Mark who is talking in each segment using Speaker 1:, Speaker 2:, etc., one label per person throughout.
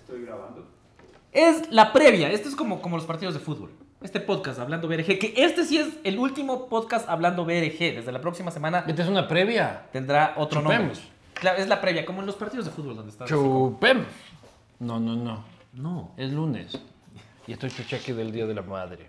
Speaker 1: Estoy grabando.
Speaker 2: Es la previa. Esto es como, como los partidos de fútbol. Este podcast, Hablando BRG, que este sí es el último podcast Hablando BRG. Desde la próxima semana
Speaker 3: Esta es una previa.
Speaker 2: tendrá otro nombre.
Speaker 3: Chupemos.
Speaker 2: Claro, es la previa, como en los partidos de fútbol donde estás. así como-
Speaker 3: Chupemos. No, no, no.
Speaker 2: No.
Speaker 3: Es lunes. Y estoy cheque del Día de la Madre.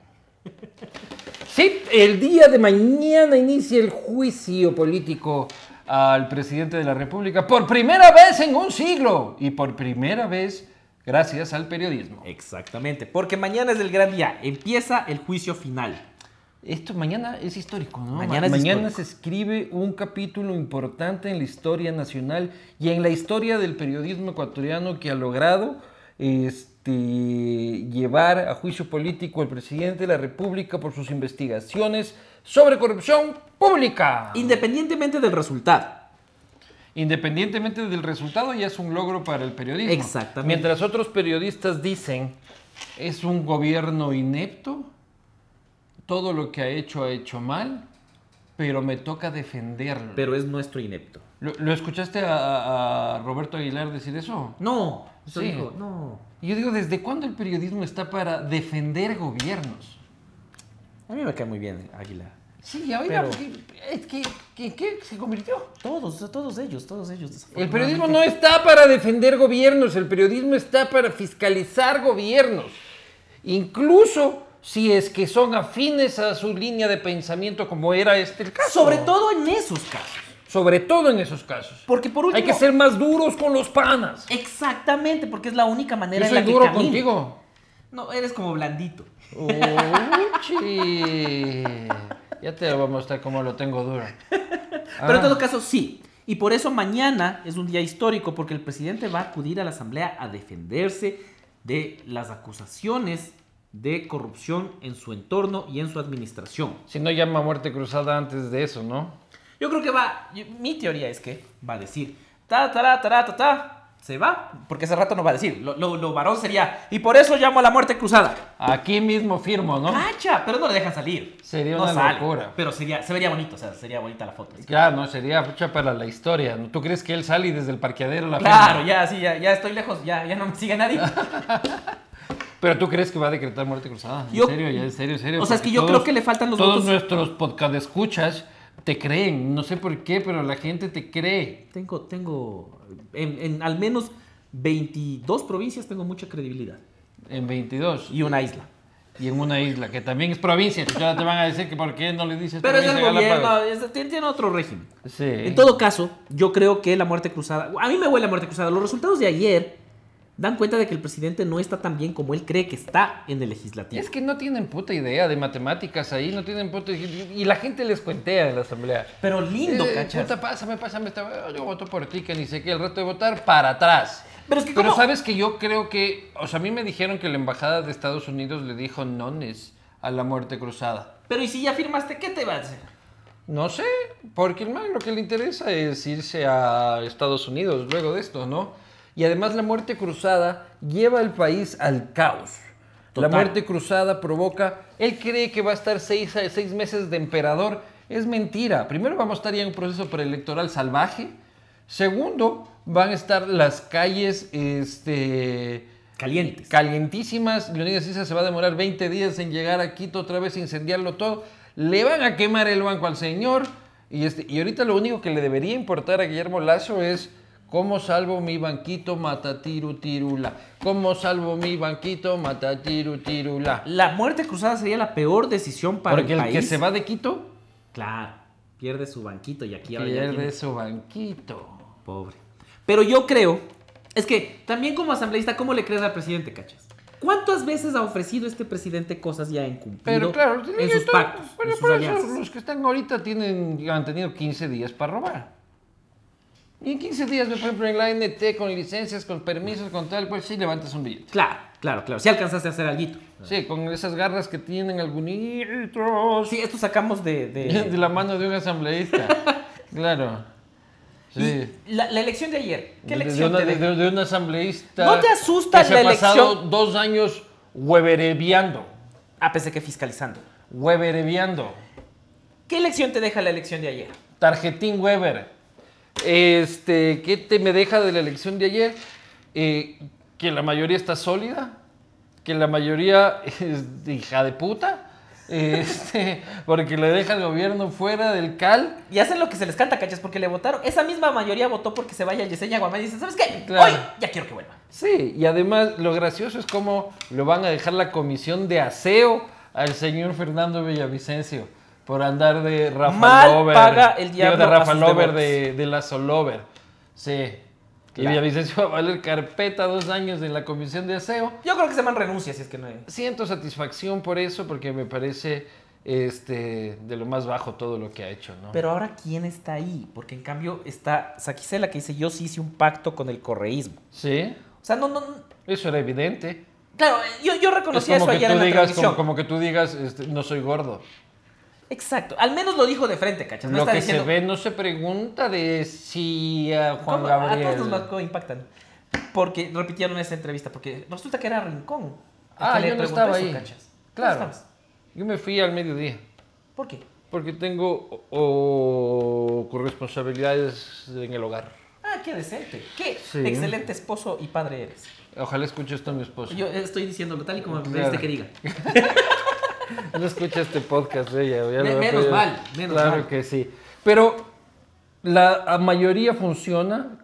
Speaker 3: Sí, el día de mañana inicia el juicio político al presidente de la República por primera vez en un siglo y por primera vez gracias al periodismo.
Speaker 2: Exactamente, porque mañana es el gran día. Empieza el juicio final.
Speaker 3: Esto mañana es histórico, ¿no?
Speaker 2: Mañana es
Speaker 3: mañana
Speaker 2: histórico.
Speaker 3: se escribe un capítulo importante en la historia nacional y en la historia del periodismo ecuatoriano que ha logrado este, llevar a juicio político al presidente de la República por sus investigaciones sobre corrupción pública.
Speaker 2: Independientemente del resultado.
Speaker 3: Independientemente del resultado, ya es un logro para el periodismo.
Speaker 2: Exactamente.
Speaker 3: Mientras otros periodistas dicen, es un gobierno inepto, todo lo que ha hecho ha hecho mal, pero me toca defenderlo.
Speaker 2: Pero es nuestro inepto.
Speaker 3: ¿Lo, lo escuchaste a, a Roberto Aguilar decir eso?
Speaker 2: No, eso
Speaker 3: Sí.
Speaker 2: dijo, no.
Speaker 3: Y Yo digo, ¿desde cuándo el periodismo está para defender gobiernos?
Speaker 2: A mí me cae muy bien, Águila.
Speaker 3: Sí, oiga,
Speaker 2: Pero-
Speaker 3: porque- es que, que- que se convirtió.
Speaker 2: Todos, todos ellos, todos ellos.
Speaker 3: El periodismo no está para defender gobiernos, el periodismo está para fiscalizar gobiernos. Incluso si es que son afines a su línea de pensamiento, como era este el caso.
Speaker 2: Sobre todo en esos casos.
Speaker 3: Sobre todo en esos casos.
Speaker 2: Porque por último.
Speaker 3: Hay que ser más duros con los panas.
Speaker 2: Exactamente, porque es la única manera
Speaker 3: Yo
Speaker 2: en la
Speaker 3: soy
Speaker 2: que
Speaker 3: duro
Speaker 2: camino.
Speaker 3: contigo.
Speaker 2: No, eres como blandito.
Speaker 3: Uchi. Ya te voy a mostrar cómo lo tengo duro.
Speaker 2: Pero en
Speaker 3: Ah.
Speaker 2: todo caso, sí. Y por eso mañana es un día histórico, porque el presidente va a acudir a la asamblea a defenderse de las acusaciones de corrupción en su entorno y en su administración.
Speaker 3: Si no llama a muerte cruzada antes de eso, ¿no?
Speaker 2: Yo creo que va, yo- mi teoría es que va a decir, ta, ta, ta, ta, ta, se va, porque ese rato no va a decir, lo, lo, lo varón sería, y por eso llamo a la muerte cruzada.
Speaker 3: Aquí mismo firmo, ¿no?
Speaker 2: ¡Cacha! Pero no le dejan salir.
Speaker 3: Sería
Speaker 2: No
Speaker 3: una
Speaker 2: sale,
Speaker 3: locura.
Speaker 2: Pero sería, se vería bonito, o sea, sería bonita la foto. así.
Speaker 3: Ya, no, sería pucha para la historia. ¿no? ¿Tú crees que él sale y desde el parqueadero la
Speaker 2: Claro,
Speaker 3: firma?
Speaker 2: ya, sí, ya, ya estoy lejos, ya, ya no me sigue nadie.
Speaker 3: Pero tú crees que va a decretar muerte cruzada. En
Speaker 2: Yo-
Speaker 3: serio, ya, en serio, en serio.
Speaker 2: O sea, es
Speaker 3: porque
Speaker 2: que yo creo que le faltan los
Speaker 3: Todos
Speaker 2: votos.
Speaker 3: nuestros podcast escuchas te creen. No sé por qué, pero la gente te cree.
Speaker 2: Tengo, tengo, en, en al menos 22 provincias tengo mucha credibilidad.
Speaker 3: En 22.
Speaker 2: Y una isla.
Speaker 3: Y en una isla, que también es provincia. Ya te van a decir que por qué no le dices
Speaker 2: Pero es el
Speaker 3: provincia de
Speaker 2: gobierno,
Speaker 3: Galápagos.
Speaker 2: es- tiene tiene otro régimen.
Speaker 3: Sí.
Speaker 2: En todo caso, yo creo que la muerte cruzada. A mí me huele la muerte cruzada. Los resultados de ayer dan cuenta de que el presidente no está tan bien como él cree que está en el legislativo.
Speaker 3: Es que no tienen puta idea de matemáticas ahí, no tienen puta Y la gente les cuentea en la asamblea.
Speaker 2: Pero lindo,
Speaker 3: Eh,
Speaker 2: cachas.
Speaker 3: Puta, pásame, pásame. esta- Yo voto por ti, que ni sé qué. El rato de votar, para atrás.
Speaker 2: Pero es que
Speaker 3: Pero
Speaker 2: ¿cómo?
Speaker 3: sabes que yo creo que, o sea, a mí me dijeron que la embajada de Estados Unidos le dijo nones a la muerte cruzada.
Speaker 2: Pero y si ya firmaste, ¿qué te va a hacer?
Speaker 3: No sé, porque el man lo que le interesa es irse a Estados Unidos luego de esto, ¿no? Y además la muerte cruzada lleva al país al caos.
Speaker 2: Total.
Speaker 3: La muerte cruzada provoca, él cree que va a estar seis, a- seis meses de emperador. Es mentira. Primero vamos a estar ya en un proceso preelectoral salvaje. Segundo, van a estar las calles este,
Speaker 2: Calientes.
Speaker 3: calientísimas. Leonidas Issa se va a demorar 20 días en llegar a Quito otra vez, incendiarlo todo. Le van a quemar el banco al señor. Y, este, y ahorita lo único que le debería importar a Guillermo Lazo es cómo salvo mi banquito matatiru tirula. Cómo salvo mi banquito matatiru tirula.
Speaker 2: La muerte cruzada sería la peor decisión para
Speaker 3: Porque
Speaker 2: el
Speaker 3: el,
Speaker 2: país.
Speaker 3: que se va de Quito
Speaker 2: Claro, pierde su banquito y aquí ahora ya tiene-
Speaker 3: pierde su banquito.
Speaker 2: Pobre. Pero yo creo, es que también como asambleísta, ¿cómo le crees al presidente, cachas? ¿Cuántas veces ha ofrecido este presidente cosas ya incumplido
Speaker 3: Pero claro,
Speaker 2: en
Speaker 3: tiene
Speaker 2: sus
Speaker 3: todo-
Speaker 2: pactos,
Speaker 3: pero
Speaker 2: en sus
Speaker 3: por eso
Speaker 2: alianzas?
Speaker 3: los que están ahorita tienen, han tenido 15 días para robar. Y en 15 días, por ejemplo, en la NT, con licencias, con permisos, con tal, pues sí levantas un billete.
Speaker 2: Claro, claro, claro. Si alcanzaste a hacer algo.
Speaker 3: Sí, con esas garras que tienen algunitos
Speaker 2: Sí, esto sacamos de... de-
Speaker 3: de la mano de un asambleísta. claro. Sí.
Speaker 2: Y la, la elección de ayer. ¿Qué
Speaker 3: De-
Speaker 2: elección
Speaker 3: de,
Speaker 2: te
Speaker 3: una, de,
Speaker 2: dejó?
Speaker 3: de un asambleísta.
Speaker 2: ¿No te asusta
Speaker 3: que se
Speaker 2: la
Speaker 3: ha pasado
Speaker 2: elección?
Speaker 3: dos años huevereviando.
Speaker 2: Ah, pensé que fiscalizando.
Speaker 3: Huevereviando.
Speaker 2: ¿Qué elección te deja la elección de ayer?
Speaker 3: Tarjetín Weber. Este, ¿qué te me deja de la elección de ayer? Eh, que la mayoría está sólida, que la mayoría es de hija de puta, este, porque le deja al gobierno fuera del cal.
Speaker 2: Y hacen lo que se les canta, cachas, porque le votaron. Esa misma mayoría votó porque se vaya Yesenia Guamán y dicen, ¿sabes qué?
Speaker 3: Claro.
Speaker 2: Hoy ya quiero que vuelva.
Speaker 3: Sí, y además lo gracioso es cómo lo van a dejar la comisión de aseo al señor Fernando Villavicencio por andar de Rafa
Speaker 2: Mal
Speaker 3: Lover.
Speaker 2: paga el
Speaker 3: digo,
Speaker 2: diablo
Speaker 3: de
Speaker 2: a
Speaker 3: Rafa
Speaker 2: sus
Speaker 3: Lover,
Speaker 2: devotos.
Speaker 3: de, de la Solover. Sí. Y
Speaker 2: Claro.
Speaker 3: Villavicencio va a valer carpeta dos años en la comisión de aseo.
Speaker 2: Yo creo que se man renuncia si es que no hay.
Speaker 3: Siento satisfacción por eso porque me parece este de lo más bajo todo lo que ha hecho, ¿no?
Speaker 2: Pero ahora, ¿quién está ahí? Porque en cambio está Saquicela que dice, yo sí hice un pacto con el correísmo.
Speaker 3: sí,
Speaker 2: O sea, no, no, no-
Speaker 3: eso era evidente.
Speaker 2: claro, yo, yo
Speaker 3: Es
Speaker 2: reconocí
Speaker 3: como
Speaker 2: eso
Speaker 3: que,
Speaker 2: ayer
Speaker 3: tú
Speaker 2: en la
Speaker 3: digas,
Speaker 2: transmisión.
Speaker 3: como, como que tú digas, este, no soy gordo.
Speaker 2: Exacto, al menos lo dijo de frente, cachas. No
Speaker 3: Lo
Speaker 2: está
Speaker 3: que
Speaker 2: diciendo,
Speaker 3: se ve no se pregunta de si a Juan
Speaker 2: ¿Cómo? A
Speaker 3: Gabriel.
Speaker 2: todos nos marcó impactan. Porque repitieron esa entrevista, porque resulta que era Rincón. el
Speaker 3: Ah,
Speaker 2: que le
Speaker 3: yo no
Speaker 2: preguntó
Speaker 3: estaba
Speaker 2: eso,
Speaker 3: ahí.
Speaker 2: cachas. ¿Dónde
Speaker 3: Claro.
Speaker 2: estabas?
Speaker 3: Yo me fui al mediodía
Speaker 2: ¿Por qué?
Speaker 3: porque tengo o, o, corresponsabilidades en el hogar.
Speaker 2: Ah, qué decente. Qué
Speaker 3: Sí.
Speaker 2: excelente esposo y padre eres.
Speaker 3: Ojalá escuche esto mi esposo.
Speaker 2: Yo estoy diciéndolo tal y como me
Speaker 3: Claro. Este,
Speaker 2: pediste que diga.
Speaker 3: No escucha este podcast de ella.
Speaker 2: Me-
Speaker 3: ya lo voy a
Speaker 2: menos
Speaker 3: pedir.
Speaker 2: mal, menos
Speaker 3: claro
Speaker 2: mal.
Speaker 3: que sí. Pero la a mayoría funciona.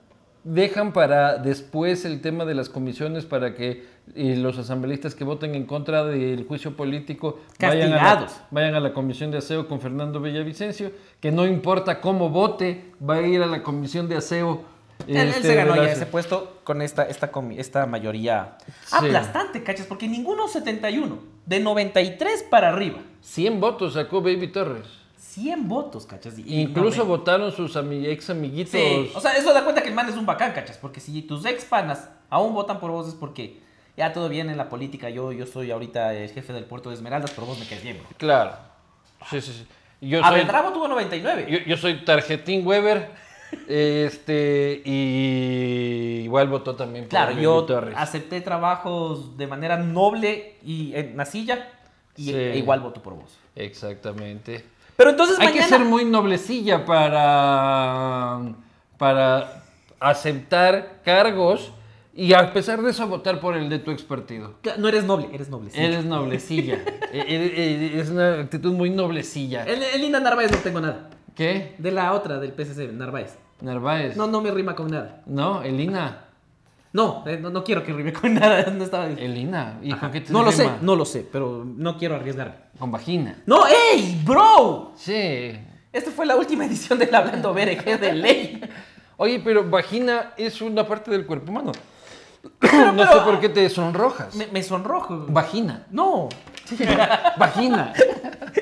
Speaker 3: Dejan para después el tema de las comisiones para que eh, los asambleístas que voten en contra del juicio político vayan a, la,
Speaker 2: Castigados.
Speaker 3: vayan a la comisión de aseo con Fernando Villavicencio, que no importa cómo vote, va a ir a la comisión de aseo.
Speaker 2: Él, él
Speaker 3: este,
Speaker 2: se ganó ya
Speaker 3: Velasco.
Speaker 2: ese puesto con esta, esta, comi- esta mayoría
Speaker 3: Sí.
Speaker 2: aplastante, cachas, porque ninguno 71, de 93 para arriba.
Speaker 3: 100 votos sacó Baby Torres.
Speaker 2: 100 votos, cachas. y-
Speaker 3: Incluso
Speaker 2: y-
Speaker 3: votaron sus ami- ex amiguitos.
Speaker 2: Sí, o sea, eso da cuenta que el man es un bacán, cachas, porque si tus ex panas aún votan por vos es porque ya todo bien en la política, yo, yo soy ahorita el jefe del puerto de Esmeraldas, pero vos me caes bien. bro.
Speaker 3: Claro. Sí, sí, sí. Yo soy,
Speaker 2: Abendravo tuvo 99.
Speaker 3: yo, yo soy tarjetín Weber. este, y igual votó también por
Speaker 2: claro,
Speaker 3: Miguel
Speaker 2: yo
Speaker 3: Torres.
Speaker 2: acepté trabajos de manera noble y en la silla y
Speaker 3: Sí.
Speaker 2: e igual voto por vos.
Speaker 3: Exactamente.
Speaker 2: Pero entonces
Speaker 3: Hay
Speaker 2: mañana...
Speaker 3: que ser muy noblecilla para, para aceptar cargos y a pesar de eso votar por el de tu ex partido.
Speaker 2: Cla- No eres noble, eres noble. sí.
Speaker 3: Eres noblecilla. E- e- e- es una actitud muy noblecilla.
Speaker 2: En, en Linda Narváez no tengo nada.
Speaker 3: ¿Qué?
Speaker 2: De la otra, del PSC, Narváez.
Speaker 3: Narváez.
Speaker 2: No,
Speaker 3: No,
Speaker 2: no me rima con nada.
Speaker 3: Elina.
Speaker 2: No, eh, no, no quiero que rime con nada. No, estaba...
Speaker 3: Elina. ¿Y Eh, con qué te
Speaker 2: no lo sé,
Speaker 3: rima?
Speaker 2: no lo sé, pero no quiero arriesgarme.
Speaker 3: Con vagina.
Speaker 2: ¡No, ey, bro!
Speaker 3: Sí.
Speaker 2: Esta fue la última edición del Hablando BRG de ley.
Speaker 3: Oye, pero vagina es una parte del cuerpo humano.
Speaker 2: Pero,
Speaker 3: no
Speaker 2: pero,
Speaker 3: sé por qué te sonrojas.
Speaker 2: Me, me sonrojo.
Speaker 3: Vagina.
Speaker 2: No.
Speaker 3: Vagina.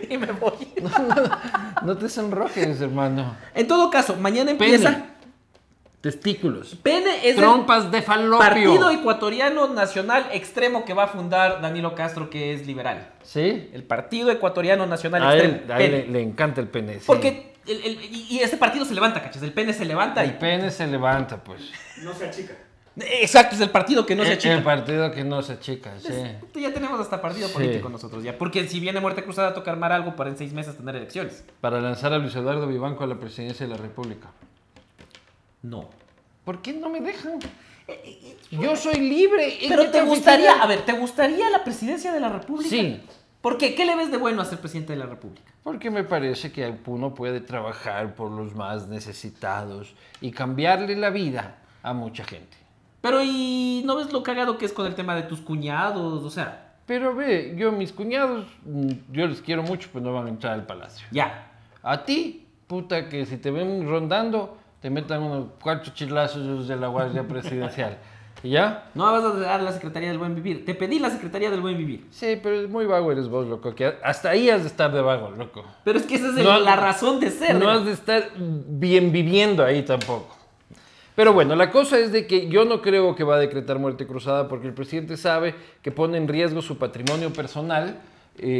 Speaker 2: y me voy.
Speaker 3: No, no, no te sonrojes, hermano.
Speaker 2: En todo caso, mañana empieza.
Speaker 3: Testículos.
Speaker 2: Pene es
Speaker 3: Trompas de
Speaker 2: el
Speaker 3: falopio.
Speaker 2: partido ecuatoriano nacional extremo que va a fundar Danilo Castro, que es liberal.
Speaker 3: ¿Sí?
Speaker 2: El partido ecuatoriano nacional
Speaker 3: A
Speaker 2: extremo.
Speaker 3: él, a él
Speaker 2: pene.
Speaker 3: le, le encanta el pene. sí.
Speaker 2: Porque el- el- y, y este partido se levanta, cachas. El pene se levanta
Speaker 3: el
Speaker 2: y.
Speaker 3: pene se levanta, pues.
Speaker 1: No se achica.
Speaker 2: Exacto, es el partido que no se
Speaker 3: El-
Speaker 2: achica.
Speaker 3: El partido que no se achica, Eh, sí.
Speaker 2: Puta, Ya tenemos hasta partido
Speaker 3: Sí.
Speaker 2: político nosotros ya. Porque si viene Muerte Cruzada a tocar mar algo para en seis meses tener elecciones.
Speaker 3: Para lanzar a Luis Eduardo Vivanco a la presidencia de la República.
Speaker 2: No.
Speaker 3: ¿Por qué no me dejan? Yo soy libre. ¿en qué
Speaker 2: Eh, Pero te
Speaker 3: oficinas?
Speaker 2: gustaría, a ver, ¿te gustaría la presidencia de la República?
Speaker 3: Sí.
Speaker 2: ¿Por qué? ¿Qué le ves de bueno a ser presidente de la República?
Speaker 3: Porque me parece que uno puede trabajar por los más necesitados y cambiarle la vida a mucha gente.
Speaker 2: Pero ¿y no ves lo cagado que es con el tema de tus cuñados? O sea,
Speaker 3: Pero ve, yo mis cuñados, mm, yo les quiero mucho, pues no van a entrar al palacio.
Speaker 2: ya.
Speaker 3: A ti, puta, que si te ven rondando, te metan unos cuatro chilazos de la Guardia Presidencial. ¿Y ¿Ya?
Speaker 2: No vas a dar la Secretaría del Buen Vivir. Te pedí la Secretaría del Buen Vivir.
Speaker 3: Sí, pero es muy vago eres vos, loco. Que hasta ahí has de estar de vago, loco.
Speaker 2: Pero es que esa es el-
Speaker 3: No-
Speaker 2: la razón de ser.
Speaker 3: No
Speaker 2: ¿no?
Speaker 3: has de estar bien viviendo ahí tampoco. Pero bueno, la cosa es de que yo no creo que va a decretar muerte cruzada porque el presidente sabe que pone en riesgo su patrimonio personal,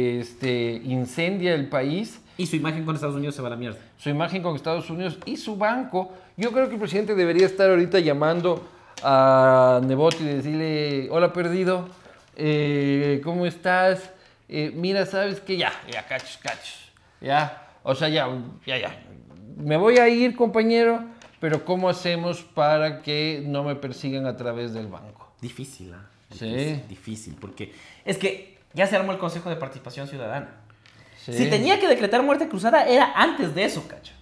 Speaker 3: este, incendia el país,
Speaker 2: Y su imagen con Estados Unidos se va a la mierda.
Speaker 3: su imagen con Estados Unidos y su banco. Yo creo que el presidente debería estar ahorita llamando a Nebot y decirle, hola perdido, eh, ¿cómo estás? Eh, mira, sabes que ya, ya, cachos, cachos. Ya, o sea, ya, ya, ya. Me voy a ir, compañero, pero ¿cómo hacemos para que no me persigan a través del banco?
Speaker 2: Difícil, ¿ah?
Speaker 3: Sí.
Speaker 2: Difícil, Difícil, porque es que ya se armó el Consejo de Participación Ciudadana.
Speaker 3: Sí.
Speaker 2: Si tenía que decretar muerte cruzada era antes de eso, cacha.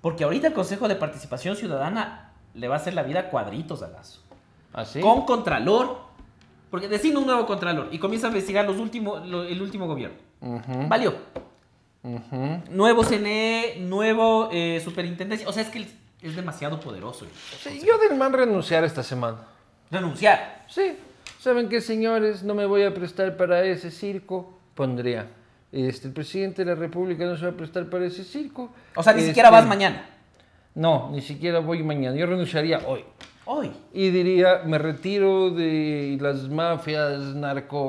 Speaker 2: Porque ahorita el Consejo de Participación Ciudadana le va a hacer la vida cuadritos a Lazo.
Speaker 3: ¿Así?
Speaker 2: Con Contralor. Porque decide un nuevo Contralor y comienza a investigar los últimos, lo- el último gobierno.
Speaker 3: Ujú,
Speaker 2: Valió.
Speaker 3: ujú.
Speaker 2: Nuevo CNE, nuevo eh, superintendencia. O sea, es que el- es demasiado poderoso. el
Speaker 3: Sí,
Speaker 2: Consejo.
Speaker 3: yo del man renunciar esta semana.
Speaker 2: Renunciar.
Speaker 3: Sí, ¿saben qué, señores? No me voy a prestar para ese circo, pondría. Este, el presidente de la República no se va a prestar para ese circo.
Speaker 2: O sea, ni
Speaker 3: Este,
Speaker 2: siquiera vas mañana.
Speaker 3: No, ni siquiera voy mañana. Yo renunciaría hoy.
Speaker 2: Hoy.
Speaker 3: Y diría, me retiro de las mafias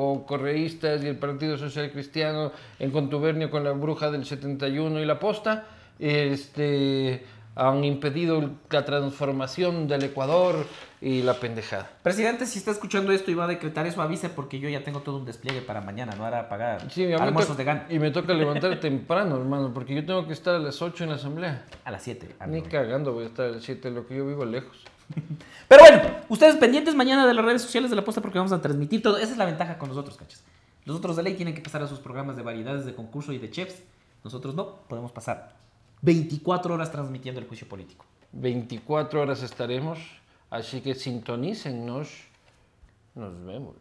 Speaker 3: narcocorreístas y el Partido Social Cristiano en contubernio con la bruja del 71 y la posta. Este, han impedido la transformación del Ecuador y la pendejada.
Speaker 2: Presidente, si está escuchando esto y va a decretar eso, avise porque yo ya tengo todo un despliegue para mañana, no hará pagar
Speaker 3: Sí, a mí me
Speaker 2: almuerzos
Speaker 3: toca-
Speaker 2: de GAN.
Speaker 3: Y me toca levantar temprano, hermano, porque yo tengo que estar a las 8 en la asamblea.
Speaker 2: A las 7.
Speaker 3: Ni cagando voy a estar a las 7, lo que yo vivo lejos.
Speaker 2: Pero bueno, ustedes pendientes mañana de las redes sociales de la posta porque vamos a transmitir todo. Esa es la ventaja con nosotros, cachas. Los otros de ley tienen que pasar a sus programas de variedades, de concurso y de chefs. Nosotros no, podemos pasar 24 horas transmitiendo el juicio político.
Speaker 3: 24 horas estaremos, así que sintonícennos. Nos vemos.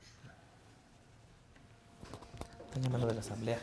Speaker 2: Están llamando de la asamblea.